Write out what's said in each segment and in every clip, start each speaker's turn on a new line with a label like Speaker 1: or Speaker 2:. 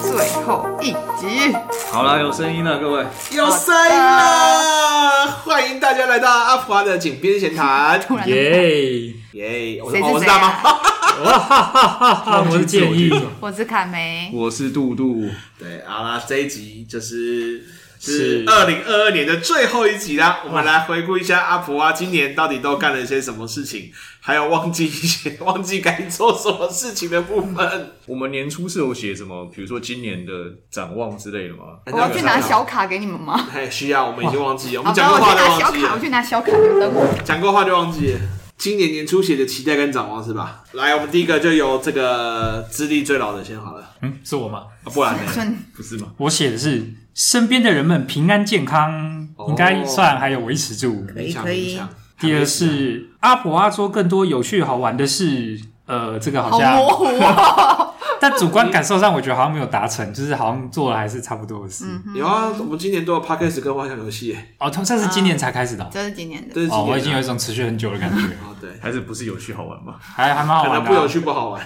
Speaker 1: 最后一集，
Speaker 2: 好了，有声音了，各位。
Speaker 3: 有声音啦！欢迎大家来到阿普阿的井边闲 谈。
Speaker 1: 突然就
Speaker 2: 耶！
Speaker 3: 耶、我
Speaker 1: 谁
Speaker 3: 是哦
Speaker 1: 是
Speaker 3: 我是
Speaker 1: 谁啊
Speaker 3: 大猫。
Speaker 2: 哇哈哈哈哈！我是建议，
Speaker 1: 我是卡梅，
Speaker 2: 我是杜杜。
Speaker 3: 对，好啦，这一集就是
Speaker 2: 是
Speaker 3: 是二零二二年的最后一集啦。我们来回顾一下阿普阿今年到底都干了些什么事情，还有忘记一些 忘记该做什么事情的部分。
Speaker 4: 我们年初是有写什么，比如说今年的展望之类的吗？
Speaker 1: 我要去拿小卡给你们吗？
Speaker 3: 哎，需要，我们已经忘记了，我
Speaker 1: 好
Speaker 3: 们
Speaker 1: 吧，
Speaker 3: 讲过
Speaker 1: 我去
Speaker 3: 话都
Speaker 1: 拿小
Speaker 3: 忘记
Speaker 1: 卡，我
Speaker 3: 了，
Speaker 1: 去拿小卡，你等我。
Speaker 3: 讲过话就忘记了。今年年初写的期待跟展望是吧？来，我们第一个就由这个资历最老的先好了，
Speaker 5: 嗯，是我吗？
Speaker 3: 啊、不然呢？
Speaker 1: 顺
Speaker 4: 不是吗？
Speaker 5: 我写的是身边的人们平安健康，
Speaker 3: 哦
Speaker 5: 应该算还有维持住。
Speaker 1: 可以
Speaker 3: 勉强
Speaker 1: 可以
Speaker 3: 勉强
Speaker 5: 第二是阿婆阿说更多有趣好玩的事，呃，这个好
Speaker 1: 好
Speaker 5: 像，
Speaker 1: 模糊哦。
Speaker 5: 但主观感受上我觉得好像没有达成，就是好像做了还是差不多的事。
Speaker 1: 嗯
Speaker 3: 有
Speaker 1: 哼，
Speaker 3: 啊，我们今年都有 podcast 跟幻想游戏耶，
Speaker 5: 哦，它这是今年才开始的哦。
Speaker 1: 这是今年的
Speaker 3: 啊这是
Speaker 5: 哦，
Speaker 3: 今年的
Speaker 5: 我已经有一种持续很久的感 觉，
Speaker 3: 啊，对，
Speaker 4: 还是不是有趣好玩吗？
Speaker 5: 还还蛮好
Speaker 3: 可能
Speaker 5: 玩
Speaker 3: 不
Speaker 5: 的
Speaker 3: 有
Speaker 5: 啊。
Speaker 3: 趣不好玩，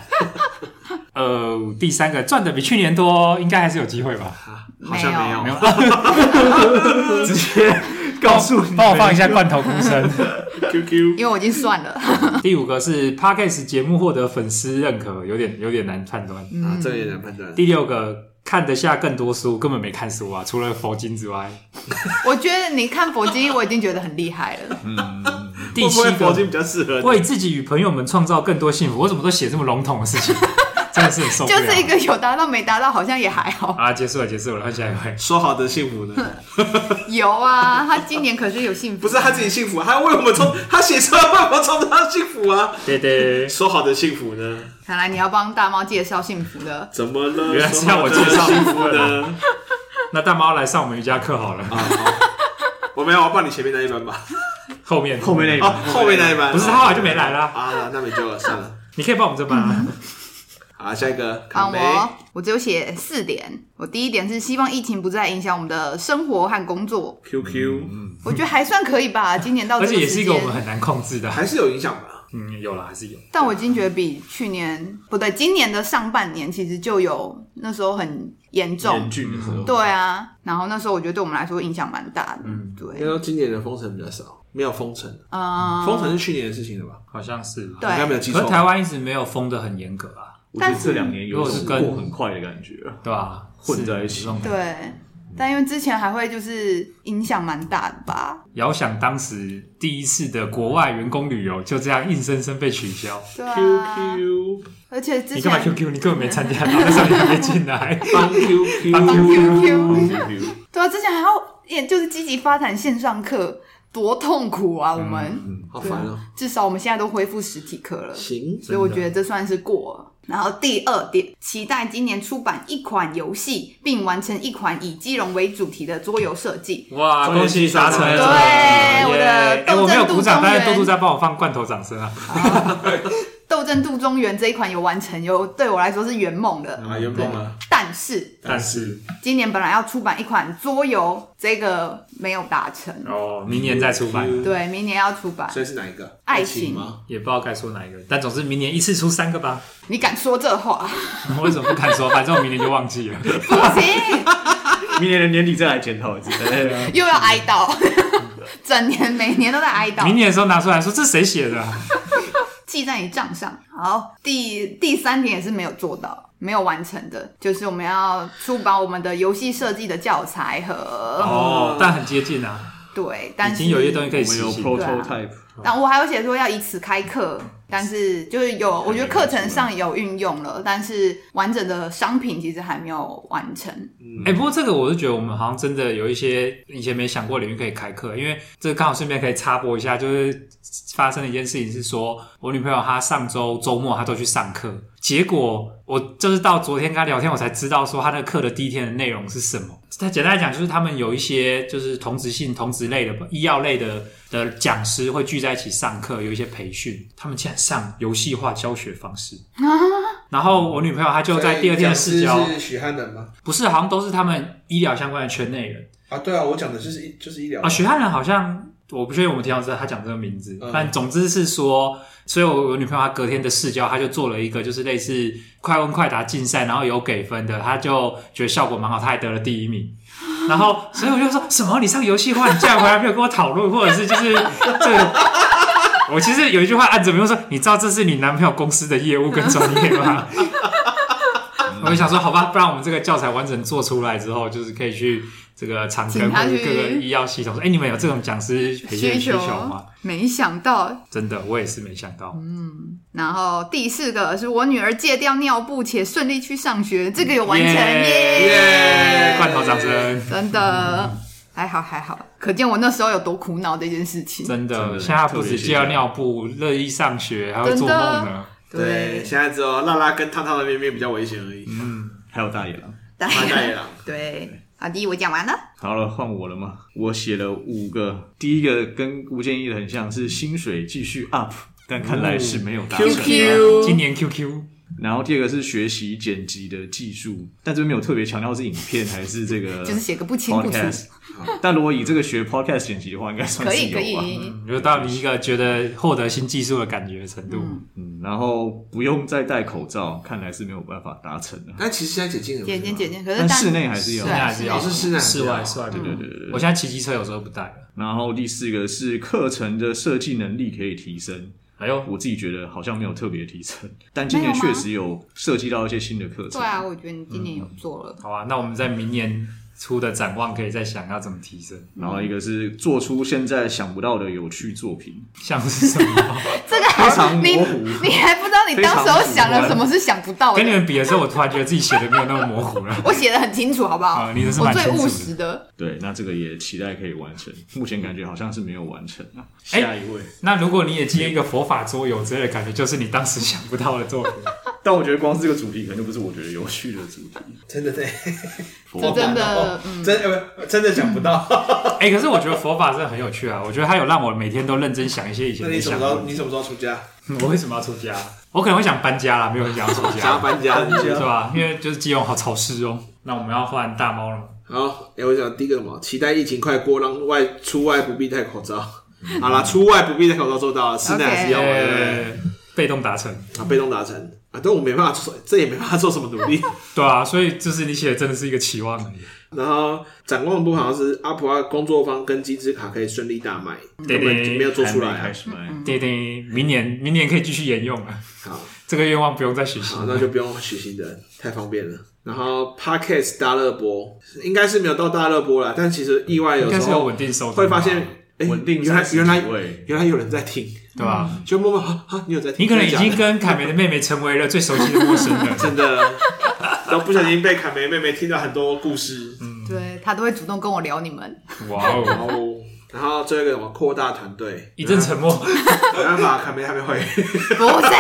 Speaker 5: 呃，第三个赚的比去年多，应该还是有机会 吧？
Speaker 3: 好像没有
Speaker 5: 没有，
Speaker 4: 直接告诉你，
Speaker 5: 帮我放一下罐头哭声。
Speaker 3: QQ
Speaker 1: 因为我已经算了，
Speaker 5: 第五个是 podcast 节目获得粉丝认可，有点有点难判断。
Speaker 3: 啊，这个也难判断。
Speaker 5: 第六个看得下更多书，根本没看书啊，除了佛经之外。
Speaker 1: 我觉得你看佛经，我已经觉得很厉害 了。
Speaker 5: 第七
Speaker 3: 会不会佛经
Speaker 5: 个
Speaker 3: 比较适合你？
Speaker 5: 为自己与朋友们创造更多幸福，我怎么都写这么笼统的事情， 真的是很受不
Speaker 1: 就
Speaker 5: 了。
Speaker 1: 是一个有达到没达到，好像也还 好。
Speaker 5: 啊，结束了，结束了，换下一位。
Speaker 3: 说好的幸福呢？
Speaker 1: 有啊，他今年可是有幸福，
Speaker 3: 不是他自己幸福，他为我们冲，他写出来为我们冲他幸福啊！
Speaker 5: 对对，
Speaker 3: 说好的幸福呢？
Speaker 1: 看来你要帮大猫介绍幸福的。
Speaker 3: 怎么了？
Speaker 5: 原来是要我介
Speaker 3: 说
Speaker 5: 绍
Speaker 3: 好的幸福呢？
Speaker 5: 那大猫来上我们瑜伽课好了，
Speaker 3: 啊，好，我没有，我报你前面那一 班吧。
Speaker 5: 后面
Speaker 2: 后面那一班
Speaker 3: 啊，后面那一班
Speaker 5: 不是他后来就没来啦。
Speaker 3: 啊，那没救了，算了。
Speaker 5: 你可以帮我们这班啊。
Speaker 1: 嗯
Speaker 3: 好，下一个
Speaker 1: 啊，
Speaker 3: 卡梅，
Speaker 1: 我我只有写四点。我第一点是希望疫情不再影响我们的生活和工作，
Speaker 3: QQ
Speaker 4: 嗯
Speaker 1: 我觉得还算可以 吧。今年到
Speaker 5: 而
Speaker 1: 这
Speaker 5: 且也
Speaker 1: 时
Speaker 5: 是一个
Speaker 1: 间
Speaker 5: 我们很难控制的。
Speaker 3: 还是有影响吧？
Speaker 5: 嗯，有啦，还是有。
Speaker 1: 但我已经觉得比去年不对，今年的上半年其实就有那时候很严重
Speaker 4: 严，峻的时候，
Speaker 1: 对啊。然后那时候我觉得对我们来说影响蛮大的，嗯，
Speaker 3: 应该
Speaker 1: 对，
Speaker 3: 说今年的封城比较少，没有封城，
Speaker 1: 嗯，
Speaker 3: 封城是去年的事情了吧？
Speaker 5: 好像是啦。
Speaker 1: 对
Speaker 3: 应该没有记
Speaker 5: 可
Speaker 3: 错
Speaker 5: 是。台湾一直没有封的很严格啊，
Speaker 4: 啊我觉
Speaker 1: 但
Speaker 4: 得
Speaker 1: 是
Speaker 4: 这两年有一种
Speaker 5: 如果是跟
Speaker 4: 过很快的感觉，
Speaker 5: 对吧？
Speaker 4: 混在一起
Speaker 5: 是有这种
Speaker 1: 对。但因为之前还会就是影响蛮大的吧，
Speaker 5: 遥想当时第一次的国外员工旅游就这样硬生生被取消。
Speaker 1: 对啊。
Speaker 3: QQ
Speaker 1: 而且之
Speaker 5: 你干嘛
Speaker 1: 前
Speaker 5: QQ？你根本没 参加到，那时候你还没进来。
Speaker 3: 帮 QQ
Speaker 1: 帮 QQ。
Speaker 4: 嗯
Speaker 1: 对啊，之前还要也就是积极发展线上课，多痛苦啊！我们、
Speaker 3: 好烦哦。
Speaker 1: 至少我们现在都恢复实体课了，
Speaker 3: 行，
Speaker 1: 啊所以我觉得这算是过了。然后第二点，期待今年出版一款游戏，并完成一款以基隆为主题的桌游设计。
Speaker 5: 哇，恭喜达成！
Speaker 3: 对
Speaker 1: 我的
Speaker 5: 耶哎，
Speaker 1: 斗
Speaker 5: 我没有
Speaker 1: 阵度
Speaker 5: 鼓掌，
Speaker 1: 中
Speaker 5: 但是
Speaker 1: 原
Speaker 5: 豆豆在帮我放罐头掌声啊！
Speaker 1: 斗争杜中原这一款有完成，有对我来说是圆梦的。
Speaker 3: 啊，圆梦了，
Speaker 1: 但是
Speaker 5: 嗯但是
Speaker 1: 今年本来要出版一款桌游，这个没有达成。
Speaker 5: 哦，明年再出版，
Speaker 1: 对，明年要出版，
Speaker 3: 所以是哪一个？
Speaker 1: 爱情
Speaker 3: 情吗？
Speaker 5: 也不知道该说哪一个，但总之明年一次出三个 吧。
Speaker 1: 你敢说这话？
Speaker 5: 我为什么不敢说？反正我明年就忘 记了。
Speaker 1: 不行。
Speaker 4: 明年的年底再来检 讨一次。
Speaker 1: 又要哀悼， 整年每年都在哀
Speaker 5: 明
Speaker 1: 悼，
Speaker 5: 年的时候拿出来说，这谁写的啊？
Speaker 1: 记在你账上。好，第第三点也是没有做到。没有完成的，就是我们要出版我们的游戏设计的教材和、
Speaker 5: 哦，但很接近啊，
Speaker 1: 对，但
Speaker 5: 已
Speaker 1: 是
Speaker 5: 经有一些东西可以
Speaker 4: 我们
Speaker 5: 实
Speaker 4: 有
Speaker 5: 行。
Speaker 4: prototype，
Speaker 1: 但我还有写说要以此开课，但是就是有，我觉得课程上有运用了，但是完整的商品其实还没有完成。
Speaker 5: 哎、不过这个我是觉得我们好像真的有一些以前没想过领域可以开课，因为这个刚好顺便可以插播一下，就是发生的一件事情是说，我女朋友她上周周末她都去上课，结果我就是到昨天跟她聊天，我才知道说她那个课的第一天的内容是什么。她简单来讲，就是他们有一些就是同职性、同职类的医药类的的讲师会聚在一起上课，有一些培训，他们竟然上游戏化教学方式。然后我女朋友她就在第二天的试教，
Speaker 3: 是许汉人吗？
Speaker 5: 不是，好像都是他们医疗相关的圈内人
Speaker 3: 啊，对啊，我讲的就是医就是医疗
Speaker 5: 啊。许汉人好像我不确定我们提到这他讲这个名字，
Speaker 3: 嗯
Speaker 5: 但总之是说，所以我我女朋友她隔天的试教，她就做了一个就是类似快问快答竞赛，然后有给分的，她就觉得效果蛮好，她还得了第一名。然后，所以我就说什么？你上游戏化，你竟然回来没有跟我讨论，或者是就是这个。 我其实有一句话啊按着，比如说，你知道这是你男朋友公司的业务跟专业吗？我就想说，好吧，不然我们这个教材完整做出来之后，就是可以去这个长庚
Speaker 1: 请
Speaker 5: 或
Speaker 1: 他
Speaker 5: 者
Speaker 1: 去
Speaker 5: 各个医药系统说，哎、你们有这种讲师培训需求吗？
Speaker 1: 没想到。
Speaker 5: 真的，我也是没想到。
Speaker 1: 然后第四个是我女儿戒掉尿布且顺利去上学，这个有完成
Speaker 5: 耶
Speaker 1: 耶！
Speaker 5: 哎罐头掌声，
Speaker 1: 真的还好还好，可见我那时候有多苦恼的一件事情。
Speaker 5: 真
Speaker 4: 真
Speaker 5: 的，
Speaker 4: 的
Speaker 5: 现在不止戒掉尿布，乐意上学，还会做梦呢。
Speaker 3: 对，
Speaker 1: 对
Speaker 3: 现在只有辣辣跟汤汤的面面比较危险而已。
Speaker 4: 还有大野狼。
Speaker 1: 大
Speaker 3: 麻大野狼，
Speaker 1: 对，好的，我讲完了。
Speaker 4: 好了，换我了吗？我写了五个，第一个跟吴建议的很像，是薪水继续 up，但看来是没有达成。
Speaker 1: QQ
Speaker 5: 今年 QQ
Speaker 4: 然后第二个是学习剪辑的技术，但这边没有特别强调是影片还是这个 podcast，
Speaker 1: 就是写个不清不楚
Speaker 4: 但如果以这个学 podcast 剪辑的话，应该算
Speaker 1: 可
Speaker 4: 是
Speaker 1: 以
Speaker 4: 有
Speaker 1: 可
Speaker 4: 吧。
Speaker 1: 以，
Speaker 5: 有到你一个觉得获得新技术的感觉的程度。
Speaker 4: 嗯，然后不用再戴口罩，看来是没有办法达成的。
Speaker 3: 但其实现在解禁了，
Speaker 1: 姐姐姐姐，可是
Speaker 4: 但室
Speaker 1: 但
Speaker 4: 内还是有。
Speaker 1: 对啊
Speaker 5: 还是要
Speaker 1: 室内
Speaker 3: 室内
Speaker 5: 室外室外不
Speaker 4: 对
Speaker 5: 用
Speaker 4: 对对对对。
Speaker 5: 我现在骑机车有时候不戴了。
Speaker 4: 然后第四个是课程的设计能力可以提升，
Speaker 5: 哎呦，
Speaker 4: 我自己觉得好像没有特别提升，但今年
Speaker 1: 没有吗
Speaker 4: 确实有涉及到一些新的课程。
Speaker 1: 对啊，我觉得你今年有做了，
Speaker 5: 好啊，那我们在明年出的展望可以再想要怎么提升，
Speaker 4: 然后一个是做出现在想不到的有趣作品，
Speaker 5: 像是什么？
Speaker 1: 这个
Speaker 4: 非
Speaker 1: 好，
Speaker 4: 常
Speaker 1: 你
Speaker 4: 模糊
Speaker 1: 你还不知道你当时候想了什么是想不到的
Speaker 5: 跟你。们比的时候，我突然觉得自己写的没有那么模糊 了。
Speaker 1: 我写的很清楚，好不好？
Speaker 5: 啊你的是
Speaker 1: 我
Speaker 5: 蛮
Speaker 1: 最
Speaker 5: 清楚的
Speaker 1: 务实的。
Speaker 4: 对，那这个也期待可以完成。目前感觉好像是没有完成啊。
Speaker 3: 下一位，
Speaker 5: 那如果你也接一个佛法桌游之类的感觉，就是你当时想不到的作 品。
Speaker 4: 但我觉得光是这个主题，可能就不是我觉得有趣的 主题。
Speaker 3: 真的对，
Speaker 1: 这真的，嗯
Speaker 3: 真呃不真的想不到。
Speaker 5: 哎、可是我觉得佛法真的很有趣啊！我觉得它有让我每天都认真想一些以前
Speaker 3: 那
Speaker 5: 没
Speaker 3: 你什么
Speaker 5: 想
Speaker 3: 时
Speaker 5: 过
Speaker 3: 候你什么时候出家？
Speaker 5: 的。我为什么要出家？我可能会想搬家啦，没有人想要出
Speaker 3: 想要
Speaker 5: 家，
Speaker 3: 搬家，你
Speaker 5: 对吧？因为就是基隆好潮湿哦。那我们要换大猫了吗。
Speaker 3: 好，哎、我讲第一个什么？期待疫情快过，让外出外不必戴口罩。 好啦，出外不必戴口罩做到了，室内还是要嘛对不对？
Speaker 5: 耶被动达成。
Speaker 3: 啊，被动达成啊，但我没办法做， 这也没办法做什么努力。
Speaker 5: 对啊，所以就是你写的真的是一个期望而已。
Speaker 3: 然后展望的部分好像是阿普啊，工作方跟机制卡可以顺利大卖，
Speaker 5: 对
Speaker 3: 根本就没有做出来
Speaker 4: 还没
Speaker 3: 啊、
Speaker 4: 开始卖。
Speaker 5: 对对，明年明年可以继续沿用了。啊
Speaker 3: 好，
Speaker 5: 这个愿望不用再许
Speaker 3: 好，
Speaker 5: 行。
Speaker 3: 那就不用许新的，太方便了。然后 Podcast 大热播应该是没有到大热播啦，但其实意外
Speaker 5: 应
Speaker 3: 有
Speaker 5: 该
Speaker 3: 时
Speaker 5: 是有
Speaker 3: 候
Speaker 5: 稳定收听吧，
Speaker 3: 会发现，哎、
Speaker 4: 稳定
Speaker 3: 原来
Speaker 4: 30
Speaker 3: 原来
Speaker 4: 几位
Speaker 3: 原来有人在听，
Speaker 5: 对吧？
Speaker 3: 就默默啊啊，你有在听？
Speaker 5: 你可能已
Speaker 3: 真的
Speaker 5: 经
Speaker 3: 假的
Speaker 5: 跟凯梅的妹妹成为了最熟悉的陌生 人。
Speaker 3: 真的，都不小心被凯梅妹妹听到很多故事。
Speaker 1: 对他都会主动跟我聊你们。
Speaker 5: 哇
Speaker 3: 然
Speaker 5: 哦，
Speaker 3: 后，然后最后一个什么扩大团队，
Speaker 5: 一阵沉默。
Speaker 3: 没办法，凯梅还没 回。
Speaker 1: 不是，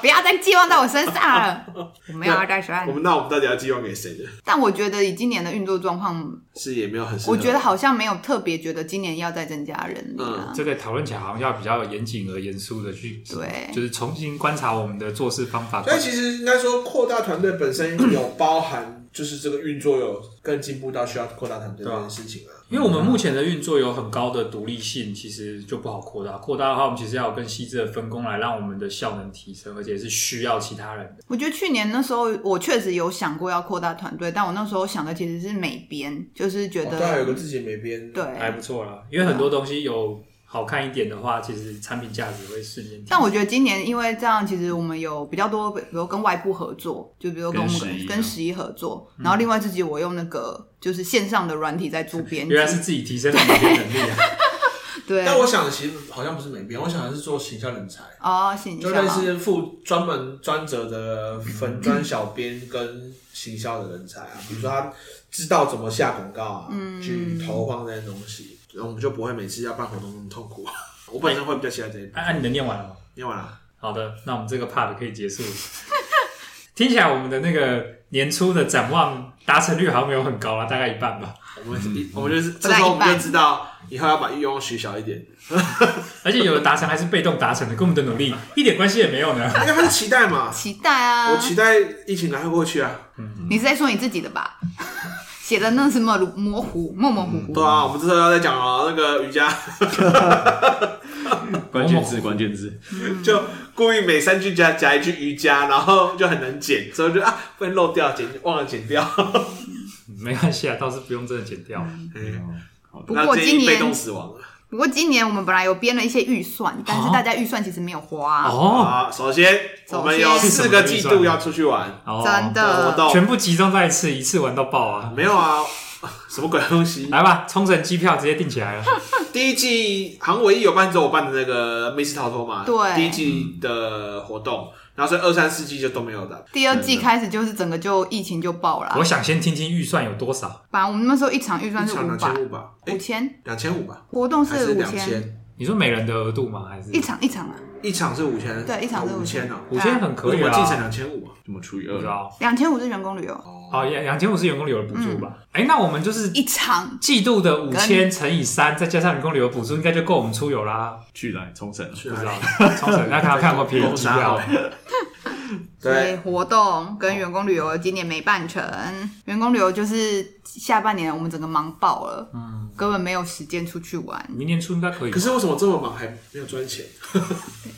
Speaker 1: 不要再寄望在我身上了。我没有要带手
Speaker 3: 我
Speaker 1: 案，
Speaker 3: 们那我们到底要寄望给谁呢？
Speaker 1: 但我觉得以今年的运作状况，
Speaker 3: 是也没有很适合，
Speaker 1: 我觉得好像没有特别觉得今年要再增加人力啊。
Speaker 5: 嗯这个讨论起来好像要比较严谨而严肃的去，
Speaker 1: 对
Speaker 5: 就是重新观察我们的做事方法。
Speaker 3: 所以其实应该说，扩大团队本身有包含，就是这个运作有更进步到需要扩大团队这件事情啊。
Speaker 5: 因为我们目前的运作有很高的独立性，其实就不好扩大。扩大的话，我们其实要有更细致的分工来让我们的效能提升，而且是需要其他人的。
Speaker 1: 我觉得去年那时候，我确实有想过要扩大团队，但我那时候想的其实是美编，就是觉
Speaker 3: 哦对啊，有
Speaker 1: 得、
Speaker 3: 个自己没编，
Speaker 1: 对，
Speaker 5: 哎还不错啦，因为很多东西有好看一点的话，其实产品价值会瞬间提升。
Speaker 1: 但我觉得今年因为这样，其实我们有比较多，比如跟外部合作，就比如跟我
Speaker 4: 跟
Speaker 1: 们
Speaker 4: 十一
Speaker 1: 跟
Speaker 4: 啊
Speaker 1: 十一合作，然后另外自己我用那个就是线上的软体在做编辑
Speaker 5: 原，来是自己提升了你的能力啊！
Speaker 1: 对，
Speaker 3: 但我想的其实好像不是美编，我想的是做行销人才，
Speaker 1: 哦，行
Speaker 3: 就
Speaker 1: 销
Speaker 3: 类似副专门专责的粉专小编跟行销的人才啊，比如说他知道怎么下广告啊，
Speaker 1: 嗯
Speaker 3: 去投放这些东西，然后我们就不会每次要办活动那么痛苦。啊 我本身会比较期待这一步。
Speaker 5: 啊，啊你的念完了吗？
Speaker 3: 念完了，
Speaker 5: 好的，那我们这个 part 可以结束了。听起来我们的那个年初的展望达成率好像没有很高啊，大概一半吧。
Speaker 3: 我们一我们就是这
Speaker 1: 本来
Speaker 3: 时候我
Speaker 1: 一
Speaker 3: 们
Speaker 1: 半
Speaker 3: 就知道以后要把欲望许小一 点。
Speaker 5: 而且有的达成还是被动达成的，跟我们的努力一点关系也没有呢。
Speaker 3: 因为他是期待嘛，
Speaker 1: 期待啊
Speaker 3: 我，期待疫情赶快过去啊！
Speaker 1: 你是在说你自己的吧？ 写的那什么模糊、模模糊糊。
Speaker 3: 对啊，我们这时候要再讲啊，那个瑜伽
Speaker 4: 嗯关键字，关键字，
Speaker 1: 嗯
Speaker 3: 就故意每三句加加一句瑜伽，然后就很难剪，所以就啊不能漏掉，剪忘了剪掉。
Speaker 5: 没关系啊，倒是不用真的剪掉。
Speaker 1: 不
Speaker 3: 嗯那
Speaker 1: 过
Speaker 3: 建
Speaker 1: 今
Speaker 3: 议被
Speaker 1: 年，
Speaker 3: 动死亡了
Speaker 1: 不过今年我们本来有编了一些预算，但是大家预算其实没有花，
Speaker 5: 哦，
Speaker 3: 啊！首先
Speaker 1: 首先
Speaker 3: 我们有四个季度要出去玩
Speaker 5: 哦
Speaker 1: 真
Speaker 3: 活
Speaker 1: 的。
Speaker 3: 动，
Speaker 5: 全部集中在一次，一次玩到爆啊！
Speaker 3: 没有啊， 什么鬼东西？
Speaker 5: 来吧，冲绳机票直接订起来了。
Speaker 3: 第一季好像唯一有办只有我办的那个密室逃脱嘛，
Speaker 1: 对
Speaker 3: 第一季的活动，然后所以二三四季就都没有的。
Speaker 1: 第二季开始就是整个就疫情就爆了
Speaker 5: 我，想先听听预算有多少。
Speaker 1: 反正我们那时候一场预算
Speaker 3: 一
Speaker 1: 是
Speaker 3: 场
Speaker 1: 五
Speaker 3: 两
Speaker 1: 百
Speaker 3: 千、五吧，
Speaker 1: 五
Speaker 3: 哎，
Speaker 1: 千，
Speaker 3: 两千五吧，
Speaker 1: 活动
Speaker 3: 还是
Speaker 1: 五
Speaker 3: 两
Speaker 1: 千，
Speaker 3: 千？
Speaker 5: 你说每人的额度吗？还是
Speaker 1: 一场一场啊，
Speaker 3: 一场是五千，
Speaker 1: 对一场是
Speaker 3: 五千哦。
Speaker 5: 五千很可
Speaker 3: 为
Speaker 5: 以
Speaker 3: 什么
Speaker 5: 啊？
Speaker 3: 进城两千五啊？
Speaker 4: 怎么除以
Speaker 5: 不
Speaker 4: 二？
Speaker 5: 知道。
Speaker 1: 两千五是员工旅游
Speaker 5: 哦，两两千五是员工旅游的补助吧？
Speaker 1: 嗯
Speaker 5: 哎，那我们就是
Speaker 1: 一场，
Speaker 5: 季度的五千
Speaker 1: 跟
Speaker 5: 乘以三，再加上员工旅游补助，应该就够我们出游啦。
Speaker 4: 去来冲绳，
Speaker 3: 是
Speaker 5: 不
Speaker 3: 啊
Speaker 5: 知道，冲绳那看要看有没有便宜机票。
Speaker 1: 所以
Speaker 3: 对，
Speaker 1: 活动跟员工旅游今年没办成，员工旅游就是下半年我们整个忙爆了，嗯，根本没有时间出去玩，
Speaker 5: 明年初应该可以吧。
Speaker 3: 可是为什么这么忙还没有赚钱？哦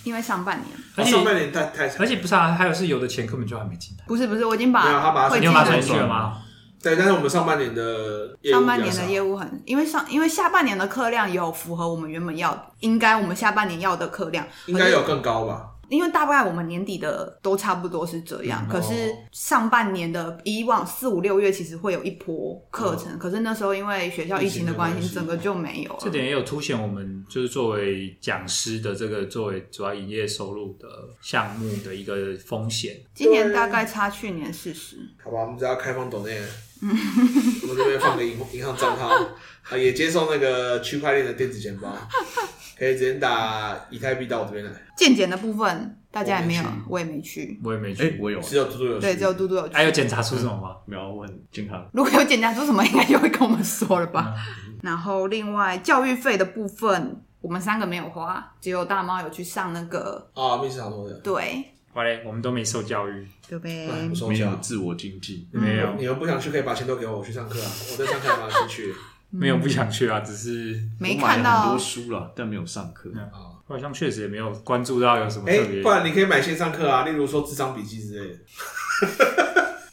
Speaker 1: 因为上半年
Speaker 5: 而
Speaker 3: 上半
Speaker 5: 且
Speaker 3: 年太太惨
Speaker 5: 而且不是啊，还有是有的钱根本就还没进来。啊
Speaker 1: 不是不是，我已经
Speaker 3: 没有他把
Speaker 1: 把
Speaker 3: 它
Speaker 1: 会
Speaker 5: 你
Speaker 1: 进
Speaker 5: 有把它
Speaker 1: 来
Speaker 5: 存进去了吗？
Speaker 3: 对，但是我们上半年的
Speaker 1: 上
Speaker 3: 业务比较
Speaker 1: 半年的
Speaker 3: 少
Speaker 1: 业务很，因为上因为下半年的客量有符合我们原本要，应该我们下半年要的客量
Speaker 3: 应该有，更高吧？
Speaker 1: 因为大概我们年底的都差不多是这样，可是上半年的以往四五六月其实会有一波课程，可是那时候因为学校疫情的关
Speaker 3: 疫
Speaker 1: 系，
Speaker 3: 情的关系
Speaker 1: 整个就没有
Speaker 5: 这
Speaker 1: 了。
Speaker 5: 点也有凸显我们就是作为讲师的这个作为主要营业收入的项目的一个风险。
Speaker 1: 今年大概差去年四十，
Speaker 3: 好吧，我们只要开放抖内，我们这边放个银银行账号，啊，也接受那个区块链的电子钱 包，可以直接打以太币到我这边来。
Speaker 1: 健检的部分大家也没有
Speaker 3: 我没去，
Speaker 1: 我也没去，
Speaker 5: 我也
Speaker 4: 哎我有，
Speaker 5: 没去，，
Speaker 3: 只有嘟嘟有
Speaker 1: 对，只有嘟嘟有去
Speaker 5: 还。有检查出什么吗？
Speaker 4: 没有，我很健康。
Speaker 1: 如果有检查出什么，应该就会跟我们说了吧。
Speaker 4: 嗯
Speaker 1: 然后另外教育费的部分，我们三个没有花，只有大猫有去上那个，
Speaker 3: 啊，密室逃脱的，
Speaker 1: 对
Speaker 5: 完了，我们都没受教育，
Speaker 1: 对不对？
Speaker 3: 哎不收
Speaker 4: 没有
Speaker 3: 钱。
Speaker 4: 自我经济，
Speaker 1: 嗯
Speaker 5: 没有
Speaker 3: 你们不想去，可以把钱都给我，我去上课 啊！我在上课也蛮有兴趣。
Speaker 5: 没有不想去啊，只是
Speaker 1: 没
Speaker 4: 我买
Speaker 1: 看
Speaker 4: 了很
Speaker 1: 到
Speaker 4: 多，书了，但没有上课。
Speaker 5: 好像确实也没有关注到有什么
Speaker 3: 哎
Speaker 5: 特别。，
Speaker 3: 不然你可以买线上课啊，例如说智商笔记之类的。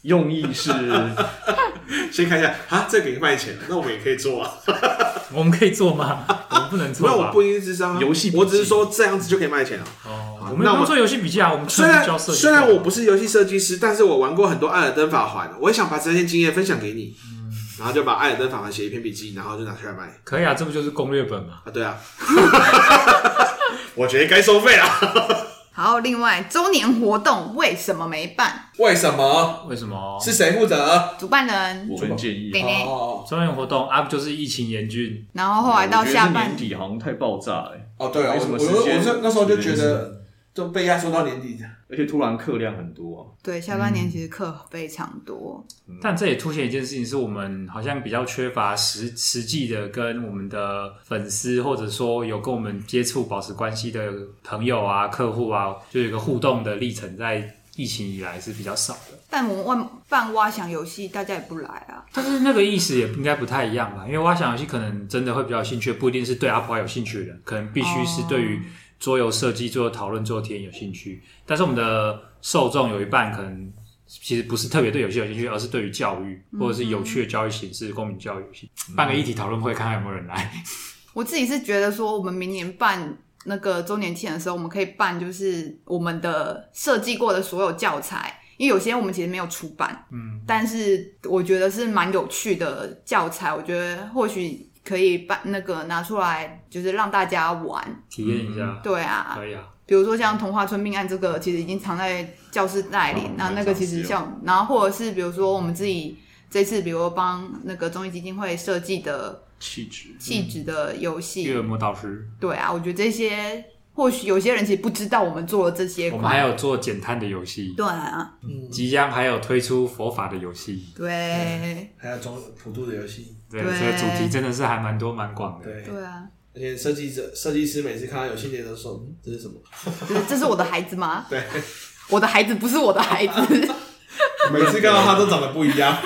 Speaker 4: 用意 是
Speaker 3: 先看一下啊，这给卖钱，那我们也可以做啊。
Speaker 5: 我们可以做吗？我们不能做
Speaker 3: 那
Speaker 5: 吧
Speaker 3: 我？不一定是智商啊，
Speaker 4: 游戏笔记
Speaker 3: 我只是说这样子就可以卖钱啊。
Speaker 5: 哦，我
Speaker 3: 那
Speaker 5: 们
Speaker 3: 我
Speaker 5: 当
Speaker 3: 们
Speaker 5: 做游戏笔记啊，我们
Speaker 3: 虽
Speaker 5: 就是教
Speaker 3: 然
Speaker 5: 设计
Speaker 3: 虽然我不是游戏设计师，但是我玩过很多《艾尔登法环》，我也想把这些经验分享给你。
Speaker 5: 嗯
Speaker 3: 然后就把《艾尔登法环》写一篇笔记，然后就拿出来卖
Speaker 5: 可以啊，这不就是攻略本吗？
Speaker 3: 啊。对啊， 我觉得该收费了。
Speaker 1: 好，另外周年活动为什么没办？
Speaker 3: 为什么？
Speaker 5: 为什么？
Speaker 3: 是谁负责？
Speaker 1: 主办人
Speaker 4: 我们建议，
Speaker 1: 丁丁，
Speaker 3: 哦
Speaker 5: 专业活动啊，不就是疫情严峻？
Speaker 1: 然后后来到
Speaker 4: 我觉得
Speaker 1: 下
Speaker 4: 是
Speaker 1: 半
Speaker 4: 年底好像太爆炸了、欸
Speaker 3: 哦，对啊，
Speaker 4: 没
Speaker 3: 我
Speaker 4: 什么
Speaker 3: 我
Speaker 4: 时间
Speaker 3: 我是那时候就觉得就被压缩到年底的。
Speaker 4: 而且突然客量很多、啊，
Speaker 1: 对下半年其实课非常多，
Speaker 3: 嗯
Speaker 5: 但这也凸显一件事情，是我们好像比较缺乏实实际的跟我们的粉丝，或者说有跟我们接触、保持关系的朋友啊、客户啊，就有一个互动的历程，在疫情以来是比较少的。
Speaker 1: 但我们万办蛙想游戏，大家也不来啊。
Speaker 5: 但是那个意思也应该不太一样吧？因为蛙想游戏可能真的会比较有兴趣，不一定是对阿婆有兴趣的人，可能必须是对于桌游设计、桌游讨论、桌游体验有兴趣。但是我们的受众有一半可能其实不是特别对游戏有兴趣，而是对于教育或者是有趣的教育形式、公民教育有兴趣。办个议题讨论会，看看有没有人来。
Speaker 1: 我自己是觉得说，我们明年办那个周年庆的时候，我们可以办就是我们的设计过的所有教材，因为有些我们其实没有出版，嗯，但是我觉得是蛮有趣的教材，我觉得或许可以办那个拿出来，就是让大家玩，
Speaker 5: 体验
Speaker 4: 嗯
Speaker 5: 一下，
Speaker 1: 对啊，
Speaker 5: 嗯可以啊。
Speaker 1: 比如说像童话村命案这个，其实已经藏在教室袋里
Speaker 4: 嗯。
Speaker 1: 那、那个其实像，然后或者是比如说我们自己这次，比如帮那个中医基金会设计的
Speaker 4: 嗯气质
Speaker 1: 气质的游戏，
Speaker 5: 月末导师，
Speaker 1: 对啊，我觉得这些或许有些人其实不知道我们做了这些
Speaker 5: 我
Speaker 1: 款，
Speaker 5: 们还有做简单的游戏，
Speaker 1: 对啊，
Speaker 5: 即将还有推出佛法的游戏，
Speaker 1: 对
Speaker 3: 还有中普渡的游戏，
Speaker 5: 对，
Speaker 1: 对
Speaker 5: 所以主题真的是还蛮多蛮广的。
Speaker 3: 对。
Speaker 1: 对啊，
Speaker 3: 而且设计者、设计师每次看到有新年的时候，嗯这是什么？
Speaker 1: 就是这是我的孩子吗？
Speaker 3: 对，
Speaker 1: 我的孩子不是我的孩子，
Speaker 3: 每次看到他都长得不一样。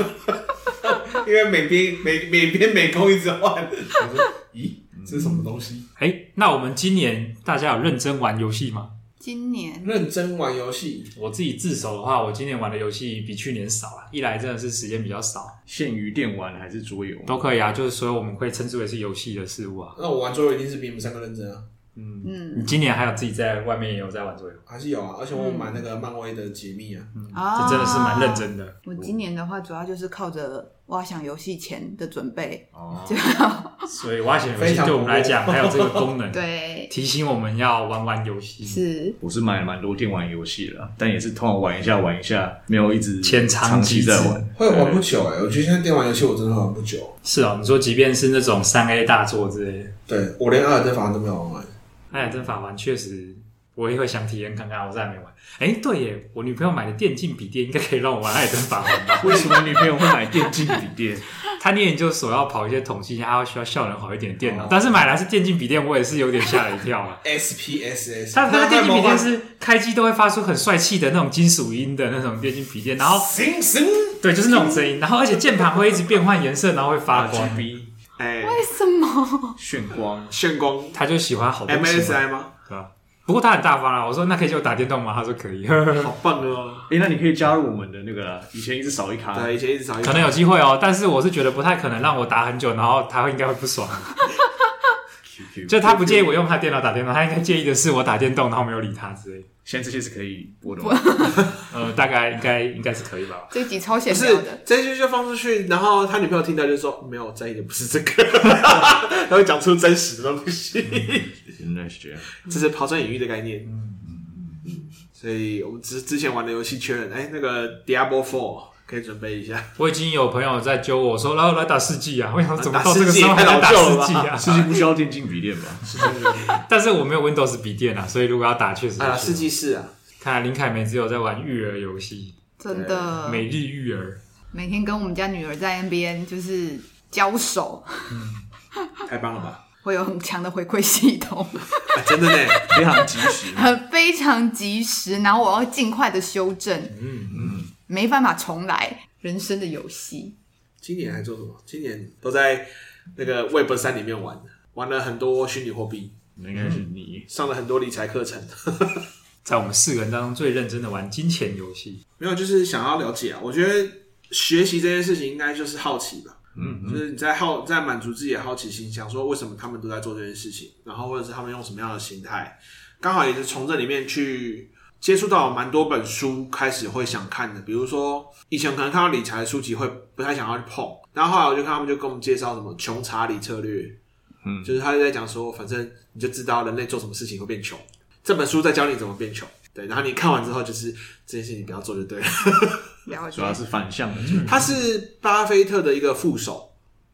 Speaker 3: 因为每边每每边美工一直换。我说咦，这是什么东西？
Speaker 5: 哎、那我们今年大家有认真玩游戏吗？
Speaker 1: 今年
Speaker 3: 嗯认真玩游戏，
Speaker 5: 我自己自首的话，我今年玩的游戏比去年少啊。一来真的是时间比较少，
Speaker 4: 限于电玩还是桌游？
Speaker 5: 都可以啊，就是所以我们会称之为是游戏的事物啊。
Speaker 3: 那我玩桌游一定是比你们三个认真啊，
Speaker 4: 嗯，
Speaker 1: 嗯
Speaker 5: 你今年还有自己在外面也有在玩桌游，
Speaker 3: 还是有啊。而且我有买那个漫威的解密啊，
Speaker 1: 啊，
Speaker 5: 这真的是蛮认。真的。
Speaker 1: 哦我今年的话，主要就是靠着挖想游戏前的准备，
Speaker 4: 哦，
Speaker 1: 就
Speaker 5: 所以挖险游
Speaker 3: 非
Speaker 5: 戏
Speaker 3: 常
Speaker 5: 对我们来讲还有这个功 能，
Speaker 1: 对，
Speaker 5: 提醒我们要玩玩游戏。
Speaker 1: 是
Speaker 4: 我是买了蛮多电玩游戏了，但也是通常玩一下玩一下，没有一直
Speaker 5: 浅尝
Speaker 4: 长期
Speaker 5: 即止
Speaker 4: 在玩。
Speaker 3: 会玩不久哎、我觉得现在电玩游戏我真的玩不久。
Speaker 5: 是哦，你说即便是那种三 A 大作之类的，《
Speaker 3: 对我连《阿尔登法环》都没有玩完，。
Speaker 5: 艾尔登法环》确实我也会想体验看看，我是还没玩。哎、对耶，我女朋友买的电竞笔电应该可以让我玩《艾尔登法环》吧？
Speaker 4: 为什么女朋友会买电竞笔电？
Speaker 5: 他念研究所要跑一些统计，他要需要效能好一点的电脑，但是买来是电竞笔电，我也是有点吓了一跳啊
Speaker 3: SPSS，
Speaker 5: 他他的电竞笔电
Speaker 3: 那
Speaker 5: 是开机都会发出很帅气的那种金属音的那种电竞笔电，然后
Speaker 3: 行行，
Speaker 5: 对，就是那种声音，然后而且键盘会一直变换颜色，然后会发光。
Speaker 4: B
Speaker 3: 哎，
Speaker 1: 为什么？
Speaker 4: 炫光，
Speaker 3: 炫光
Speaker 5: 他就喜欢好东西嘛，
Speaker 3: MSI 吗？
Speaker 5: 对吧？不过他很大方啊啦，我说那可以就打电动吗？他说可以，
Speaker 3: 好棒哦！
Speaker 4: 哎，那你可以加入我们的那个啦，以前一直少一卡，
Speaker 3: 对，以前一直找，
Speaker 5: 可能有机会哦，但是我是觉得不太可能让我打很久，然后他会应该会不爽。
Speaker 4: QQ，
Speaker 5: 就他不介意我用他电脑打电动，他应该介意的是我打电动，然后没有理他之类的。
Speaker 4: 现在这些是可以播的吗。
Speaker 5: 呃，大概应该应该是可 以吧。
Speaker 1: 这集超
Speaker 3: 不
Speaker 1: 闲聊
Speaker 3: 是
Speaker 1: 的，
Speaker 3: 这句就放出去，然后他女朋友听到就说没有在意的不是这 个，他会讲出真实的东西，嗯
Speaker 4: 原来是这 样，
Speaker 3: 这是抛砖引玉的概念。所以我们之之前玩的游戏确认，哎，那个 Diablo Four 可以准备一下，
Speaker 5: 我已经有朋友在揪我说，来来打世纪啊！我想怎么
Speaker 3: 打
Speaker 5: 到这个
Speaker 3: 世纪
Speaker 5: 时候还在
Speaker 3: 太
Speaker 5: 打
Speaker 3: 老旧了
Speaker 5: 世
Speaker 3: 吧
Speaker 5: 纪啊？
Speaker 4: 世纪不需要电竞笔电吧？
Speaker 5: 但是我没有 Windows 笔电啊，所以如果要打确实
Speaker 3: 啊，
Speaker 5: 是
Speaker 3: 世纪四啊，
Speaker 5: 看来林凯梅只有在玩育儿游戏，
Speaker 1: 真
Speaker 3: 嗯
Speaker 1: 的
Speaker 5: 每日育儿。
Speaker 1: 每天跟我们家女儿在那边就是交手，
Speaker 3: 太棒了吧？
Speaker 1: 会有很强的回馈系统，
Speaker 3: 哎真的呢，
Speaker 4: 非常及时。
Speaker 1: 很非常及时，然后我要尽快的修正，嗯嗯，没办法重来人生的游戏，
Speaker 3: 今年还做什么？今年都在那个 Web 三里面玩，玩了很多虚拟货币，
Speaker 4: 应该是你，
Speaker 3: 上了很多理财课程。
Speaker 5: 在我们四个人当中最认真的玩金钱游戏，
Speaker 3: 没有，就是想要了解啊。我觉得学习这件事情应该就是好奇吧，嗯，就是你在好在满足自己的好奇心，想说为什么他们都在做这件事情，然后或者是他们用什么样的心态，刚好也是从这里面去接触到蛮多本书，开始会想看的。比如说以前可能看到理财的书籍会不太想要去碰，然后后来我就看他们就跟我们介绍什么穷查理策略，嗯，就是他就在讲说，反正你就知道人类做什么事情会变穷。这本书在教你怎么变穷，对，然后你看完之后就是这件事情你不要做就对了。
Speaker 1: 了解
Speaker 4: 主要是反向的这个。
Speaker 3: 他是巴菲特的一个副手，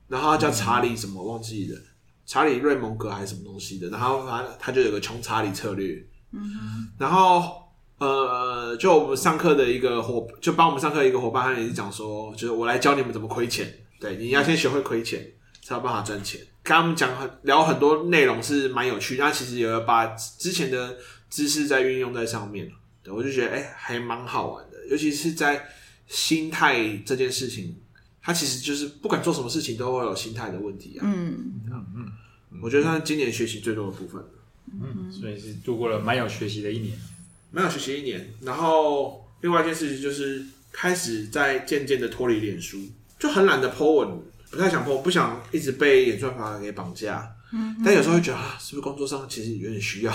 Speaker 3: 然后他叫查理什么忘记了，查理瑞蒙格还是什么东西的，然后他他就有个穷查理策略，嗯，然后呃，就我们上课的一个伙，就帮我们上课的一个伙伴，他也是讲说，就是我来教你们怎么亏钱，对，你要先学会亏钱，才有办法赚钱。跟他们讲很聊很多内容是蛮有趣，那其实也有把之前的知识在运用在上面了，对我就觉得哎、还蛮好玩的，尤其是在心态这件事情，它其实就是不管做什么事情都会有心态的问题啊。
Speaker 1: 嗯，
Speaker 3: 我觉得它是今年学习最多的部分，嗯
Speaker 5: 所以是度过了蛮有学习的一年。
Speaker 3: 没有学习一年。然后另外一件事情就是开始在渐渐的脱离脸书，就很懒得 po 文，不太想 po，不想一直被演算法给绑架。嗯，但有时候会觉得啊，是不是工作上其实有点需要？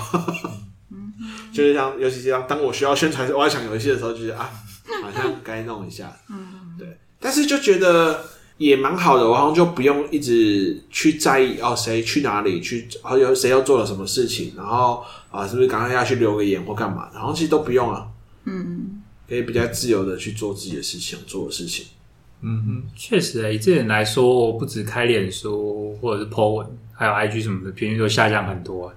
Speaker 3: 就是像，尤其是像当我需要宣传我要想游戏的时候，就觉得啊，好像该弄一下。但是就觉得也蛮好的，我好像就不用一直去在意哦，谁去哪里去，还有谁又做了什么事情，然后啊，是不是赶快要去留个言或干嘛？然后其实都不用啊，嗯，可以比较自由的去做自己的事情，做的事情。
Speaker 1: 嗯
Speaker 5: 确实、欸，以这点来说，我不止开脸书或者是 Po 文，还有 IG 什么的，频率都下降很多欸、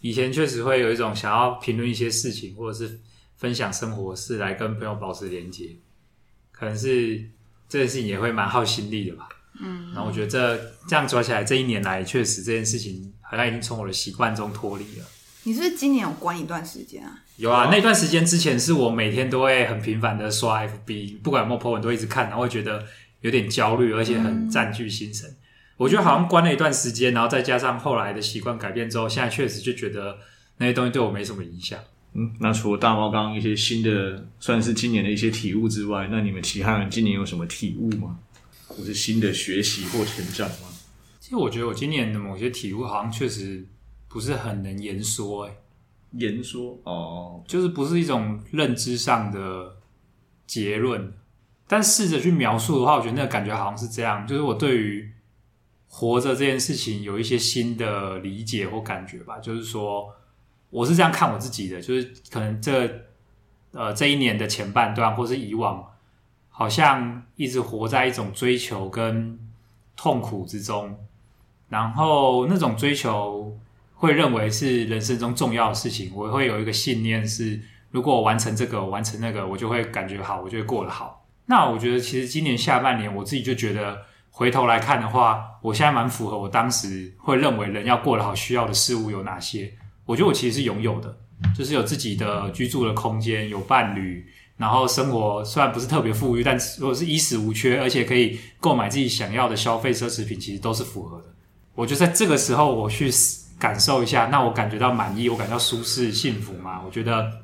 Speaker 5: 以前确实会有一种想要评论一些事情，或者是分享生活事来跟朋友保持连接，可能是这件事情也会蛮耗心力的吧。嗯，然后我觉得这这样走起来，这一年来确实这件事情好像已经从我的习惯中脱离了。
Speaker 1: 你是不是今年有关一段时间啊？
Speaker 5: 有啊，那段时间之前是我每天都会很频繁的刷 FB，不管有没有 po 文都一直看，然后会觉得有点焦虑，而且很占据心神。嗯我觉得好像关了一段时间，然后再加上后来的习惯改变之后，现在确实就觉得那些东西对我没什么影响。
Speaker 4: 嗯，那除了大猫刚刚一些新的，算是今年的一些体悟之外，那你们其他人今年有什么体悟吗？或是新的学习或成长吗？
Speaker 5: 其实我觉得我今年的某些体悟好像确实不是很能言说、欸，
Speaker 4: 言说哦，
Speaker 5: 就是不是一种认知上的结论。但试着去描述的话，我觉得那个感觉好像是这样，就是我对于活着这件事情有一些新的理解或感觉吧。就是说，我是这样看我自己的，就是可能这呃这一年的前半段，或是以往，好像一直活在一种追求跟痛苦之中，然后那种追求会认为是人生中重要的事情，我会有一个信念是，如果我完成这个，我完成那个，我就会感觉好，我就会过得好。那我觉得其实今年下半年，我自己就觉得回头来看的话，我现在蛮符合我当时会认为人要过得好需要的事物有哪些。我觉得我其实是拥有的，就是有自己的居住的空间，有伴侣，然后生活虽然不是特别富裕，但是我是衣食无缺，而且可以购买自己想要的消费奢侈品，其实都是符合的。我就在这个时候，我去感受一下，那我感觉到满意，我感觉到舒适、幸福嘛？我觉得